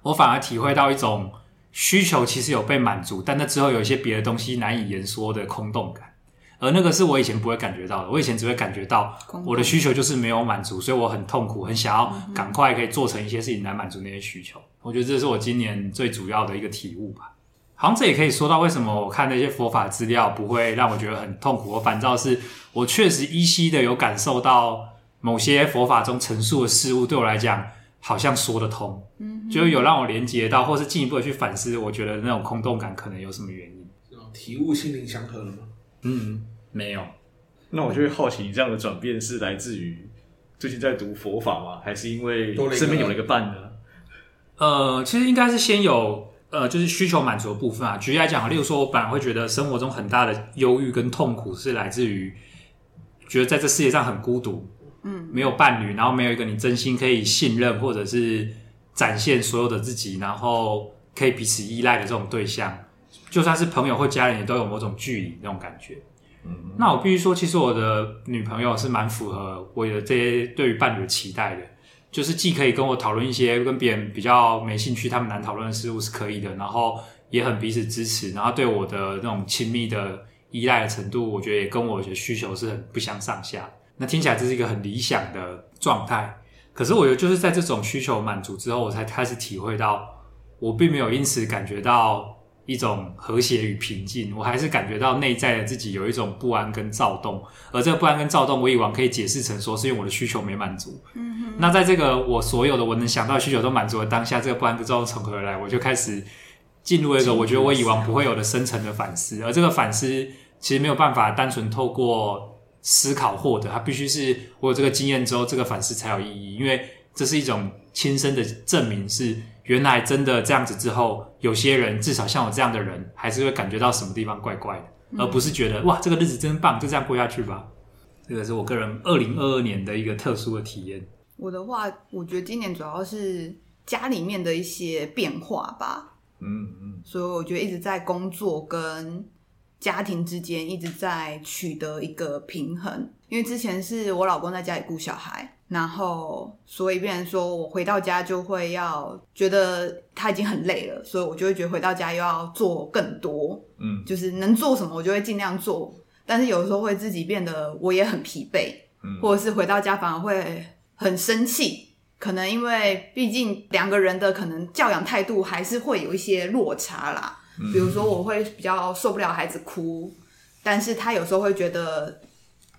Speaker 5: 我反而体会到一种需求其实有被满足，但那之后有一些别的东西难以言说的空洞感，而那个是我以前不会感觉到的，我以前只会感觉到
Speaker 1: 空洞嗯
Speaker 5: 我的需求就是没有满足，所以我很痛苦，很想要赶快可以做成一些事情来满足那些需求。我觉得这是我今年最主要的一个体悟吧。好像这也可以说到为什么我看那些佛法资料不会让我觉得很痛苦或烦躁，是我确实依稀的有感受到某些佛法中陈述的事物对我来讲好像说得通，嗯，就有让我连接到，或是进一步的去反思，我觉得那种空洞感可能有什么原因？
Speaker 3: 这种体悟心灵相合了吗？
Speaker 5: 嗯，没有，
Speaker 4: 那我就会好奇，你这样的转变是来自于最近在读佛法吗？还是因为
Speaker 3: 多了一个
Speaker 4: 身边有了一个伴呢？
Speaker 5: 呃，其实应该是先有呃，就是需求满足的部分啊。举例来讲，例如说，我本来会觉得生活中很大的忧郁跟痛苦是来自于觉得在这世界上很孤独，嗯，没有伴侣，然后没有一个你真心可以信任或者是展现所有的自己，然后可以彼此依赖的这种对象，就算是朋友或家人，也都有某种距离那种感觉。那我必须说，其实我的女朋友是蛮符合我的这些对于伴侣的期待的，就是既可以跟我讨论一些跟别人比较没兴趣、他们难讨论的事物是可以的，然后也很彼此支持，然后对我的那种亲密的依赖的程度，我觉得也跟我的需求是很不相上下。那听起来这是一个很理想的状态，可是我觉得就是在这种需求满足之后，我才开始体会到，我并没有因此感觉到一种和谐与平静，我还是感觉到内在的自己有一种不安跟躁动，而这个不安跟躁动，我以往可以解释成说是因为我的需求没满足。嗯哼。那在这个我所有的我能想到的需求都满足的当下，这个不安跟躁动从何而来？我就开始进入一个我觉得我以往不会有的深层的反思，而这个反思其实没有办法单纯透过思考获得，它必须是我有这个经验之后，这个反思才有意义，因为这是一种亲身的证明，是原来真的这样子之后，有些人至少像我这样的人，还是会感觉到什么地方怪怪的，而不是觉得哇这个日子真棒，就这样过下去吧。这个是我个人二零二二年的一个特殊的体验。
Speaker 1: 我的话，我觉得今年主要是家里面的一些变化吧，
Speaker 4: 嗯嗯，
Speaker 1: 所以我觉得一直在工作跟家庭之间一直在取得一个平衡，因为之前是我老公在家里顾小孩，然后所以变成说我回到家就会要觉得他已经很累了，所以我就会觉得回到家又要做更多，
Speaker 4: 嗯，
Speaker 1: 就是能做什么我就会尽量做，但是有时候会自己变得我也很疲惫，
Speaker 4: 嗯
Speaker 1: 或者是回到家反而会很生气，可能因为毕竟两个人的可能教养态度还是会有一些落差啦。
Speaker 4: 嗯
Speaker 1: 比如说，我会比较受不了孩子哭，但是他有时候会觉得，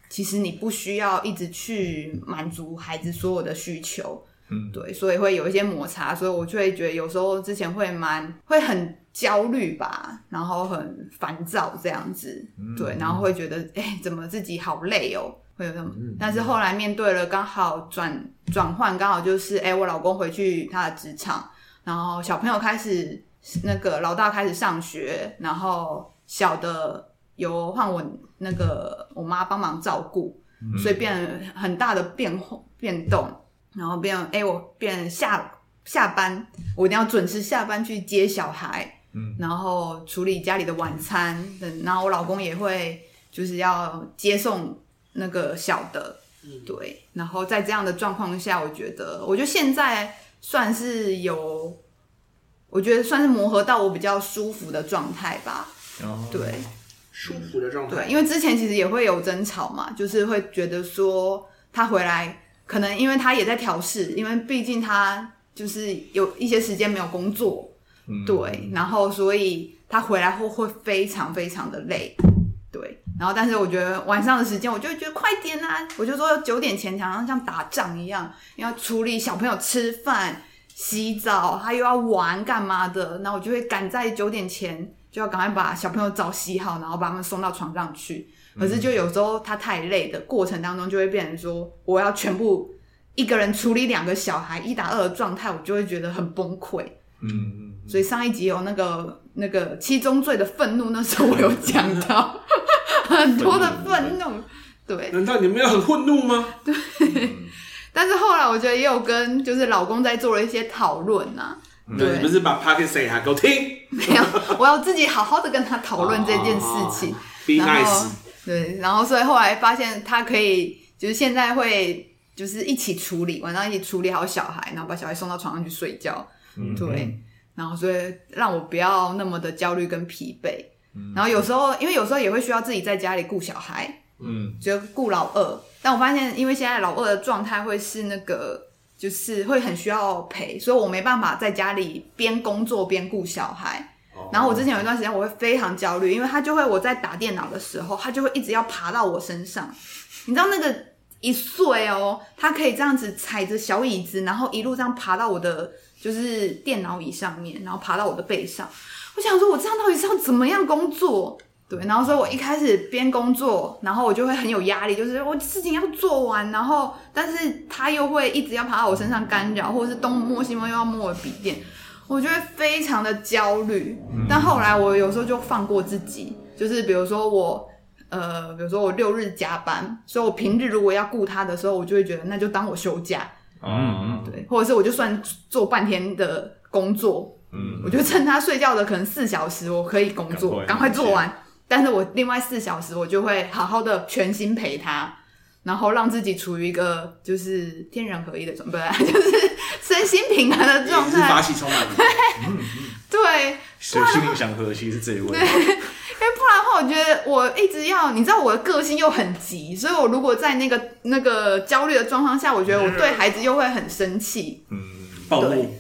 Speaker 1: 其实你不需要一直去满足孩子所有的需求，
Speaker 4: 嗯
Speaker 1: 对，所以会有一些摩擦，所以我就会觉得有时候之前会蛮会很焦虑吧，然后很烦躁这样子，对，然后会觉得 哎、怎么自己好累哦，会有那种。但是后来面对了，刚好转转换，刚好就是哎、我老公回去他的职场，然后小朋友开始那个老大开始上学，然后小的由换我那个我妈帮忙照顾，所以变很大的变化变动。然后变哎、我变下下班，我一定要准时下班去接小孩，
Speaker 4: 嗯，
Speaker 1: 然后处理家里的晚餐等，然后我老公也会就是要接送那个小的，对，然后在这样的状况下，我觉得，我觉得现在算是有，我觉得算是磨合到我比较舒服的状态吧，
Speaker 4: 然后
Speaker 1: 对。
Speaker 3: 舒服的状态
Speaker 1: 对，。因为之前其实也会有争吵嘛，就是会觉得说他回来，可能因为他也在调试，因为毕竟他就是有一些时间没有工作，
Speaker 4: 嗯
Speaker 1: 对，然后所以他回来后会非常非常的累，对，然后但是我觉得晚上的时间，我就会觉得快点啊，我就说九点前好像像打仗一样，要处理小朋友吃饭、洗澡，他又要玩干嘛的，那我就会赶在九点前就要赶快把小朋友澡洗好，然后把他们送到床上去。可是就有时候他太累的过程当中，就会变成说我要全部一个人处理两个小孩一打二的状态，我就会觉得很崩溃。
Speaker 4: 嗯嗯，
Speaker 1: 所以上一集有那个那个七宗罪的愤怒，那时候我有讲到很多的 愤怒，对。
Speaker 3: 难道你没有很愤怒吗？
Speaker 1: 但是后来我觉得也有跟就是老公在做了一些讨论呐，嗯对
Speaker 3: 你不是把 p o c k e t 塞给我听
Speaker 1: 没有，我要自己好好的跟他讨论这件事情。
Speaker 3: 啊，be
Speaker 1: 然后
Speaker 3: nice，
Speaker 1: 对，然后所以后来发现他可以，就是现在会就是一起处理，晚上一起处理好小孩，然后把小孩送到床上去睡觉。
Speaker 4: 嗯
Speaker 1: 对，然后所以让我不要那么的焦虑跟疲惫。
Speaker 3: 嗯
Speaker 1: 然后有时候，因为有时候也会需要自己在家里顾小孩，
Speaker 4: 嗯，
Speaker 1: 就顾老二。但我发现，因为现在老二的状态会是那个，就是会很需要陪，所以我没办法在家里边工作边顾小孩。然后我之前有一段时间我会非常焦虑，因为他就会我在打电脑的时候，他就会一直要爬到我身上。你知道那个一岁哦，他可以这样子踩着小椅子，然后一路这样爬到我的就是电脑椅上面，然后爬到我的背上。我想说，我这样到底是要怎么样工作？对，然后所以我一开始边工作，然后我就会很有压力，就是我事情要做完，然后但是他又会一直要爬到我身上干扰，或者是东摸西摸又要摸我的笔电，我就会非常的焦虑。但后来我有时候就放过自己，就是比如说我呃，比如说我六日加班，所以我平日如果要顾他的时候，我就会觉得那就当我休假，
Speaker 4: 嗯
Speaker 1: 对，或者是我就算做半天的工作，
Speaker 4: 嗯，
Speaker 1: 我就趁他睡觉的可能四小时，我可以工作，赶
Speaker 4: 赶快
Speaker 1: 快做完。但是我另外四小时，我就会好好的全心陪他，然后让自己处于一个就是天人合一的状态， 就是身心平衡的状
Speaker 3: 也是法
Speaker 1: 态。
Speaker 3: 喜 充满了，
Speaker 1: 对，
Speaker 4: 所以心灵祥和其实是这一位，
Speaker 1: 因为不然的话，我觉得我一直要，你知道我的个性又很急，所以我如果在那个那个焦虑的状况下，我觉得我对孩子又会很生气，
Speaker 4: 嗯，
Speaker 3: 暴
Speaker 1: 对
Speaker 3: 怒。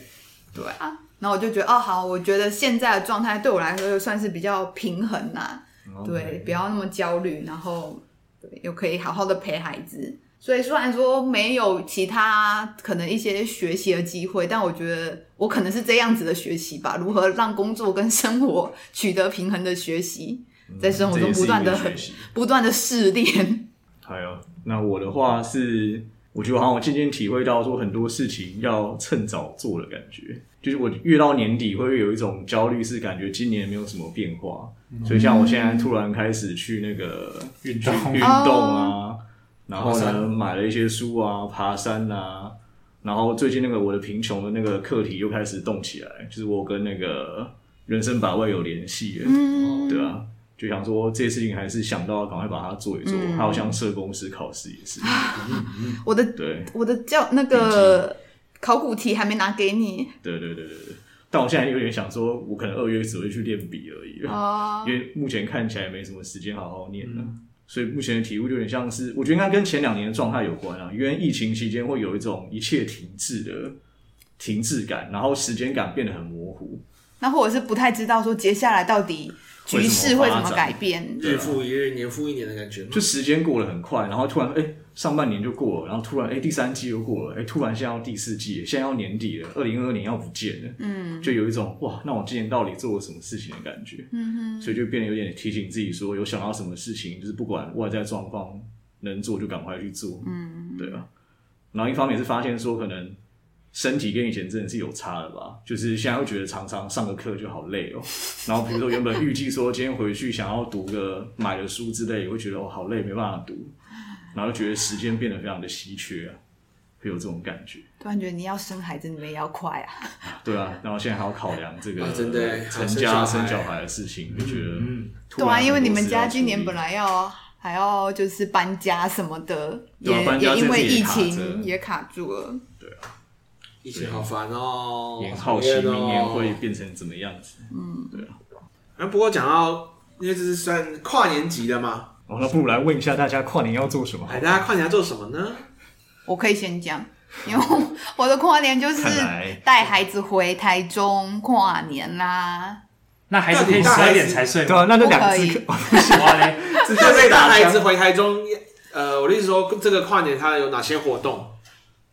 Speaker 1: 对啊。然后我就觉得，哦，好，我觉得现在的状态对我来说就算是比较平衡啊啦、
Speaker 4: 嗯
Speaker 1: 对，不要那么焦虑，然后对又可以好好的陪孩子。所以虽然说没有其他可能一些学习的机会，但我觉得我可能是这样子的学习吧，如何让工作跟生活取得平衡的学习，在生活
Speaker 4: 嗯这
Speaker 1: 中
Speaker 4: 也是
Speaker 1: 不
Speaker 4: 一
Speaker 1: 断
Speaker 4: 个
Speaker 1: 的
Speaker 4: 学习。
Speaker 1: 不断的试炼。
Speaker 4: 还有，那我的话是，我觉得好像我渐渐体会到说很多事情要趁早做的感觉，就是我越到年底会有一种焦虑，是感觉今年没有什么变化，所以像我现在突然开始去那个
Speaker 5: 运动
Speaker 4: 运动啊，然后
Speaker 3: 爬
Speaker 4: 呢
Speaker 3: 山
Speaker 4: 买了一些书啊，爬山啊。然后最近那个我的贫穷的那个课题又开始动起来，就是我跟那个人生百味有联系了，
Speaker 1: 嗯，
Speaker 4: 对啊，就想说这些事情还是想到赶快把它做一做，
Speaker 1: 嗯
Speaker 4: 还有像社工师考试也是，
Speaker 1: 我的
Speaker 4: 对
Speaker 1: 我的教那个考古题还没拿给你
Speaker 4: 对对对对对。但我现在有点想说，我可能二月只会去练笔而已，
Speaker 1: 哦
Speaker 4: 因为目前看起来没什么时间好好念了、所以目前的体悟就有点像是，我觉得应该跟前两年的状态有关啊，因为疫情期间会有一种一切停滞的停滞感，然后时间感变得很模糊。
Speaker 1: 那或者是不太知道说接下来到底局势
Speaker 4: 会
Speaker 1: 会
Speaker 4: 怎
Speaker 1: 怎
Speaker 4: 么发展
Speaker 1: 么改变。
Speaker 3: 日复一日，年复一年的感觉吗，
Speaker 4: 就时间过得很快，然后突然哎、上半年就过了，然后突然哎、第三季又过了，哎、突然现在要第四季了，现在要年底了，二零二二年要不见了，嗯，就有一种哇，那我今年到底做了什么事情的感觉，嗯哼，所以就变得有点提醒自己说，有想到什么事情，就是不管外在状况，能做就赶快去做，嗯，对啊，然后一方面是发现说可能。身体跟以前真的是有差了吧？就是现在会觉得常常上个课就好累哦，然后比如说原本预计说今天回去想要读个买的书之类，会觉得哦好累，没办法读，然后就觉得时间变得非常的稀缺啊。会有这种感觉。
Speaker 1: 突然觉得你要生孩子，你们也要快啊！
Speaker 4: 对啊，然后现在还要考量这个
Speaker 3: 啊真的耶
Speaker 4: 成
Speaker 3: 还
Speaker 4: 家
Speaker 3: 有生小孩
Speaker 4: 生小孩的事情，就觉得
Speaker 5: 嗯
Speaker 4: 突
Speaker 1: 对
Speaker 4: 然
Speaker 1: 啊，因为
Speaker 4: 很多
Speaker 1: 你们
Speaker 4: 事
Speaker 1: 家
Speaker 4: 要处
Speaker 1: 今年
Speaker 4: 理
Speaker 1: 本来要还要就是搬家什么的，
Speaker 4: 对啊
Speaker 1: 也
Speaker 4: 搬家
Speaker 1: 也因为
Speaker 4: 这次也
Speaker 1: 疫
Speaker 4: 卡
Speaker 1: 情
Speaker 4: 着
Speaker 1: 也卡住了。
Speaker 3: 疫情好烦哦，
Speaker 4: 也很
Speaker 3: 讨
Speaker 4: 好奇
Speaker 3: 厌哦
Speaker 4: 明年会变成怎么样子。
Speaker 3: 哎，不过讲到，因为这是算跨年级的嘛，
Speaker 4: 哦，那不如来问一下大家跨年要做什么好
Speaker 3: 哎，？大家跨年要做什么 呢？
Speaker 1: 我可以先讲，因为我我的跨年就是
Speaker 4: 看来
Speaker 1: 带孩子回台中跨年啦。
Speaker 5: 那孩子可以十二点才睡
Speaker 4: 对
Speaker 5: 吗？
Speaker 4: 啊，那就
Speaker 1: 不
Speaker 4: 两
Speaker 1: 可以
Speaker 4: 只可，
Speaker 5: 哇嘞，
Speaker 3: 这这大孩子回台中，呃，我的意思说，这个跨年它有哪些活动？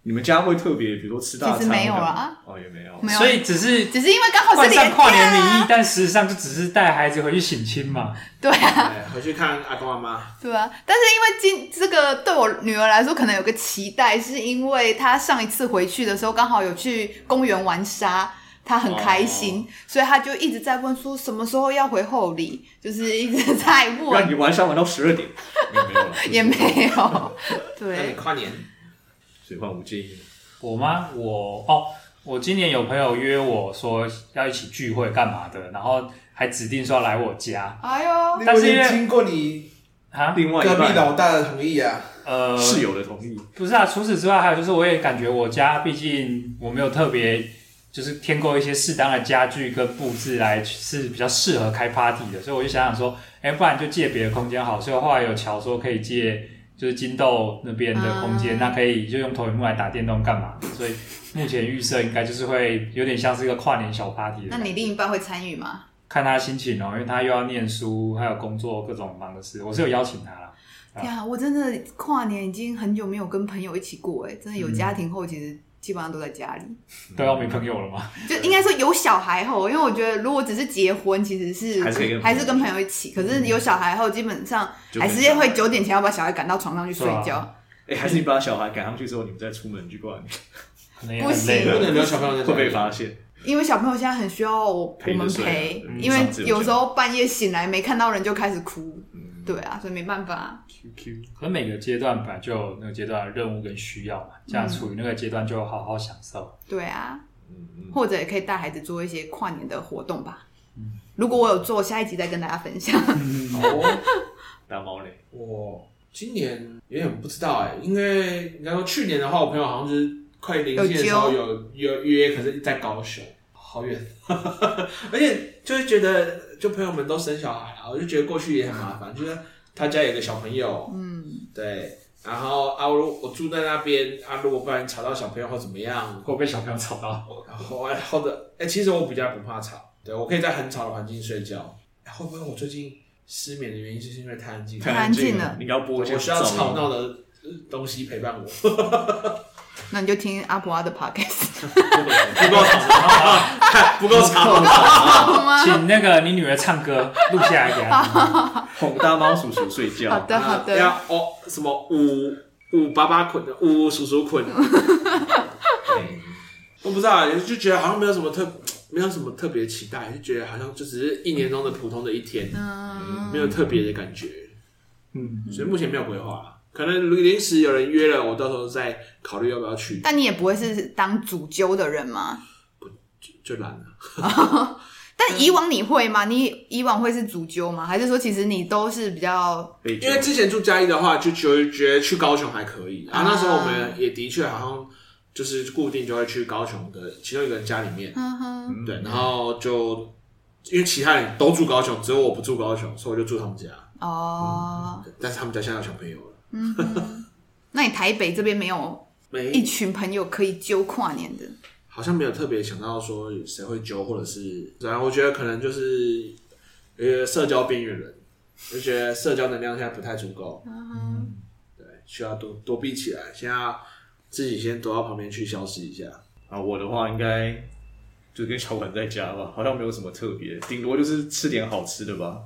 Speaker 4: 你们家会特别，比如说吃大餐？
Speaker 1: 其实没有啦，
Speaker 4: 哦，也没有。
Speaker 1: 没有，啊
Speaker 5: 所以只是
Speaker 1: 只是因为刚好是
Speaker 5: 冠上
Speaker 1: 连
Speaker 5: 跨年
Speaker 1: 假
Speaker 5: 名义
Speaker 1: 啊，
Speaker 5: 但实际上就只是带孩子回去省亲嘛。
Speaker 1: 对 啊，
Speaker 3: 哎，回去看阿公阿妈。
Speaker 1: 对啊。但是因为今这个对我女儿来说，可能有个期待，是因为她上一次回去的时候，刚好有去公园玩沙。她很开心，
Speaker 4: 哦
Speaker 1: 所以她就一直在问说什么时候要回后里，就是一直在
Speaker 4: 让
Speaker 1: 问，
Speaker 4: 你晚上玩到十二点，没有没有啦，
Speaker 1: 也没有。
Speaker 3: 那你
Speaker 1: 对，
Speaker 3: 跨年
Speaker 4: 所以换我建议。
Speaker 5: 我吗？我哦，我今年有朋友约我说要一起聚会干嘛的，然后还指定说要来我家
Speaker 1: 哎呦，
Speaker 5: 但是因为
Speaker 3: 你有没有经过你
Speaker 5: 啊。
Speaker 4: 另外一
Speaker 3: 隔壁
Speaker 4: 半
Speaker 3: 老大的同意啊，
Speaker 5: 呃，
Speaker 4: 室友的同意，
Speaker 5: 不是啊。除此之外，还有就是我也感觉我家，毕竟我没有特别就是添购一些适当的家具跟布置来是比较适合开 party 的，所以我就想想说，哎、不然就借别的空间好。所以后来有瞧说可以借。就是金豆那边的空间，
Speaker 1: 啊
Speaker 5: 那可以就用投影幕来打电动干嘛？所以目前预设应该就是会有点像是一个跨年小 party 的
Speaker 1: 那
Speaker 5: 感觉。
Speaker 1: 你另一半会参与吗？
Speaker 5: 看他心情哦，因为他又要念书，还有工作各种忙的事。我是有邀请他啦，啊
Speaker 1: 呀，我真的跨年已经很久没有跟朋友一起过哎，真
Speaker 4: 嗯
Speaker 1: 的有家庭后，其实基本上都在家里，嗯
Speaker 5: 都要没朋友了嘛。
Speaker 1: 就应该说有小孩后，因为我觉得如果只是结婚，其实是
Speaker 4: 还是可以跟朋友嗯
Speaker 1: 还是跟朋友一起，可是有小孩后，基本上
Speaker 4: 就
Speaker 1: 还
Speaker 4: 跟
Speaker 1: 是会九点前要把小孩赶到床上去睡
Speaker 5: 对
Speaker 1: 觉
Speaker 5: 啊，
Speaker 4: 哎，还是你把小孩赶上去之后，你们再出门去逛，
Speaker 5: 可能也
Speaker 1: 不
Speaker 5: 很累
Speaker 1: 行
Speaker 3: 不
Speaker 5: 了。
Speaker 3: 能留小朋友在
Speaker 4: 会被
Speaker 3: 家里。
Speaker 4: 发现。
Speaker 1: 因为小朋友现在很需要我我
Speaker 4: 陪着
Speaker 1: 们
Speaker 4: 睡啊
Speaker 1: 陪，
Speaker 4: 嗯
Speaker 1: 因为
Speaker 4: 上次有
Speaker 1: 有时候半夜醒来没看到人就开始哭，
Speaker 4: 嗯
Speaker 1: 对啊，所以没办法。
Speaker 4: ，QQ，
Speaker 5: 可能每个阶段本来就有那个阶段的任务跟需要嘛，这样处于那个阶段就好好享受。
Speaker 1: 对啊，
Speaker 4: 嗯嗯，
Speaker 1: 或者也可以带孩子做一些跨年的活动吧。
Speaker 4: 嗯
Speaker 1: 如果我有做，下一集再跟大家分 享。
Speaker 3: 哦，
Speaker 4: 大猫嘞，
Speaker 3: 我今年有点不知道哎，因为你要说去年的话，我朋友好像就是快临近的时候有有约，可是在高雄，好远， 而且就会觉得就朋友们都生小孩啊了，我就觉得过去也很麻烦，就是他家有个小朋友，
Speaker 1: 嗯，
Speaker 3: 对，然后啊，我如我住在那边啊，如果不然吵到小朋友或怎么样，
Speaker 5: 会被小朋友吵到，
Speaker 3: 然后或者哎，其实我比较不怕吵，对我可以在很吵的环境睡觉。哎会不会我最近失眠的原因就是因为太安静？
Speaker 1: 太安静了
Speaker 4: 你应该要播
Speaker 3: 我
Speaker 4: 一些
Speaker 3: 需要
Speaker 4: 噪音
Speaker 3: 吵闹的呃东西陪伴我，
Speaker 1: 那你就听阿婆阿的 podcast
Speaker 3: 不够吵， 不够 吵。
Speaker 1: 好吗？
Speaker 5: 请那个你女儿唱歌录下来给她听。
Speaker 4: 哄大猫叔叔睡觉。
Speaker 1: 好的好
Speaker 3: 要
Speaker 1: 的，
Speaker 3: 哦什么五五八八捆，五叔叔捆。 对我不知道，就觉得好像没有什么特，没有什么特别期待，就觉得好像就只是一年中的普通的一天，
Speaker 1: 嗯，
Speaker 3: 没有特别的感觉，
Speaker 5: 嗯，
Speaker 3: 所以目前没有规划啦。可能临时有人约了，我到时候再考虑要不要去，
Speaker 1: 但你也不会是当主揪的人吗？
Speaker 3: 就懒了。嗯
Speaker 1: 但以往你会吗？你以往会是主揪吗？还是说其实你都是比较
Speaker 4: 被
Speaker 3: 因为之前住嘉义的话，就觉得觉得去高雄还可以，然后那时候我们也的确好像就是固定就会去高雄的其中一个人家里面，
Speaker 1: 哼哼
Speaker 4: 嗯
Speaker 3: 对，然后就因为其他人都住高雄，只有我不住高雄，所以我就住他们家，
Speaker 1: 哦，
Speaker 3: 对但是他们家现在有小朋友了，
Speaker 1: 嗯哼，那你台北这边没有一
Speaker 3: 没
Speaker 1: 群朋友可以揪跨年的？
Speaker 3: 好像没有特别想到说谁会揪，或者是然后我觉得可能就是呃社交边缘人，就觉得社交能量现在不太足够，
Speaker 1: 嗯，
Speaker 3: 对，需要多躲避起来，先要自己先躲到旁边去消失一下。
Speaker 4: 啊，我的话应该就跟小婉在家吧，好像没有什么特别，顶多就是吃点好吃的吧。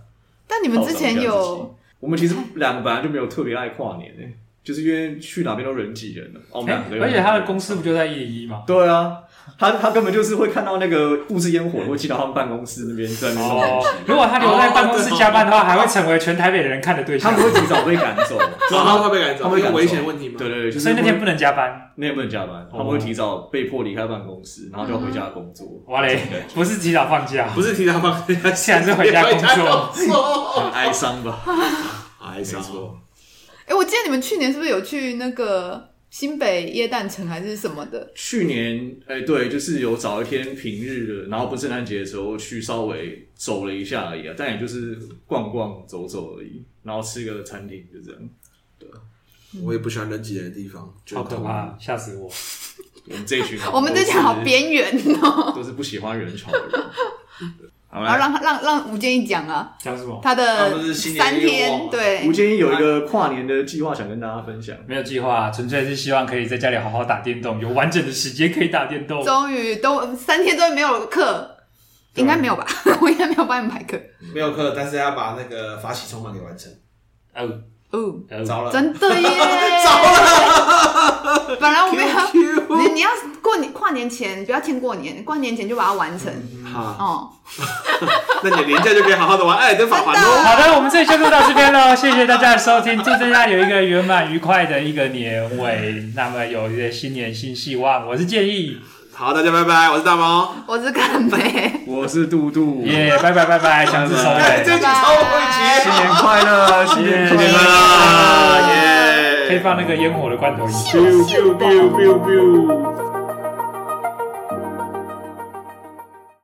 Speaker 1: 但你
Speaker 4: 我
Speaker 1: 们之前
Speaker 3: 哦
Speaker 1: 有，
Speaker 4: 我们其实两个本来就没有特别爱跨年欸
Speaker 5: 哎
Speaker 4: 诶、就是因为去哪边都人挤人了。哦，我们两个都有
Speaker 5: 而且她的公司不就在一零一吗？
Speaker 4: 对啊，他他根本就是会看到那个布置烟火，会进到他们办公室那边在那边弄东
Speaker 5: 哦
Speaker 4: 西，
Speaker 5: 如果他留在办公室加班的话，还会成为全台北的人看的 对
Speaker 4: 他
Speaker 5: 象
Speaker 4: 们。会提早被赶走，
Speaker 3: 然后会被赶走，
Speaker 4: 他们会
Speaker 3: 因为
Speaker 4: 赶走
Speaker 3: 危险问题嘛。
Speaker 4: 对对对，就是
Speaker 5: 所以那天
Speaker 4: 会
Speaker 5: 不能加班。
Speaker 4: 那天不能加班，他们会提早被迫离开办公室，然后就要回家工作。
Speaker 5: 哇嘞，不是提早放假，
Speaker 3: 不是提早放假，
Speaker 5: 竟然是回家工作。
Speaker 3: 作，
Speaker 4: 很哀伤吧？
Speaker 3: 哀
Speaker 4: 伤
Speaker 1: 哎，我记得你们去年是不是有去那个新北耶诞城还是什么的？，
Speaker 4: 去年，哎、对，就是有找一天平日的，然后不是圣诞节的时候去稍微走了一下而已啊，但也就是逛逛走走而已，然后吃个餐厅就这样。
Speaker 3: 我也不喜欢人挤人的地方，觉得
Speaker 5: 好可怕，吓死我！
Speaker 4: 我们这一群
Speaker 1: 我们这群好，边缘哦。
Speaker 4: 都是不喜欢人潮的人。好
Speaker 1: 然后
Speaker 4: 啦，
Speaker 1: 让他让让吴建义讲啊，
Speaker 5: 讲什么？
Speaker 1: 他
Speaker 3: 哎哦他们
Speaker 1: 的
Speaker 3: 是新年
Speaker 1: 三
Speaker 3: 愿望啊
Speaker 1: 天
Speaker 3: 嘛
Speaker 1: 对
Speaker 4: 吴，建议有一个跨年的计划想跟大家分享。
Speaker 5: 没有计划，纯粹是希望可以在家里好好打电动，有完整的时间可以打电动。
Speaker 1: 终于都三天终于没有课，
Speaker 5: 对
Speaker 3: 啊
Speaker 1: 应该没有吧？ 我应该没有帮你们排课。
Speaker 3: 没有课，但是要把那个法喜充满给完成，
Speaker 5: 哦，
Speaker 1: 哦，
Speaker 5: 哦
Speaker 3: 糟了，
Speaker 1: 真的耶！ 本来我们要你你要过年跨年前不要听过年，跨年前就把它完成
Speaker 3: 好，
Speaker 1: 哦。
Speaker 3: 那你廉价就可以好好的玩艾尔登法环
Speaker 1: 真的
Speaker 3: 喽。
Speaker 5: 好的，我们这期就录到这边喽， 谢谢大家的收听，祝大家有一个圆满愉快的一个年尾，那么有一个新年新希望。我是建议，
Speaker 3: 好，大家拜拜，我是大猫。
Speaker 1: 我是看梅，
Speaker 4: 我是杜杜，
Speaker 5: 耶、拜拜拜拜，强制收
Speaker 3: 哎，这
Speaker 5: 尾，
Speaker 3: 集超会
Speaker 4: 新
Speaker 3: 接，
Speaker 4: 年快乐，新年快
Speaker 5: 新年快
Speaker 4: 乐，
Speaker 5: 乐
Speaker 3: 耶！
Speaker 5: 可以放那个烟火的罐头音。
Speaker 1: 咻咻咻
Speaker 4: biu biu biu biu。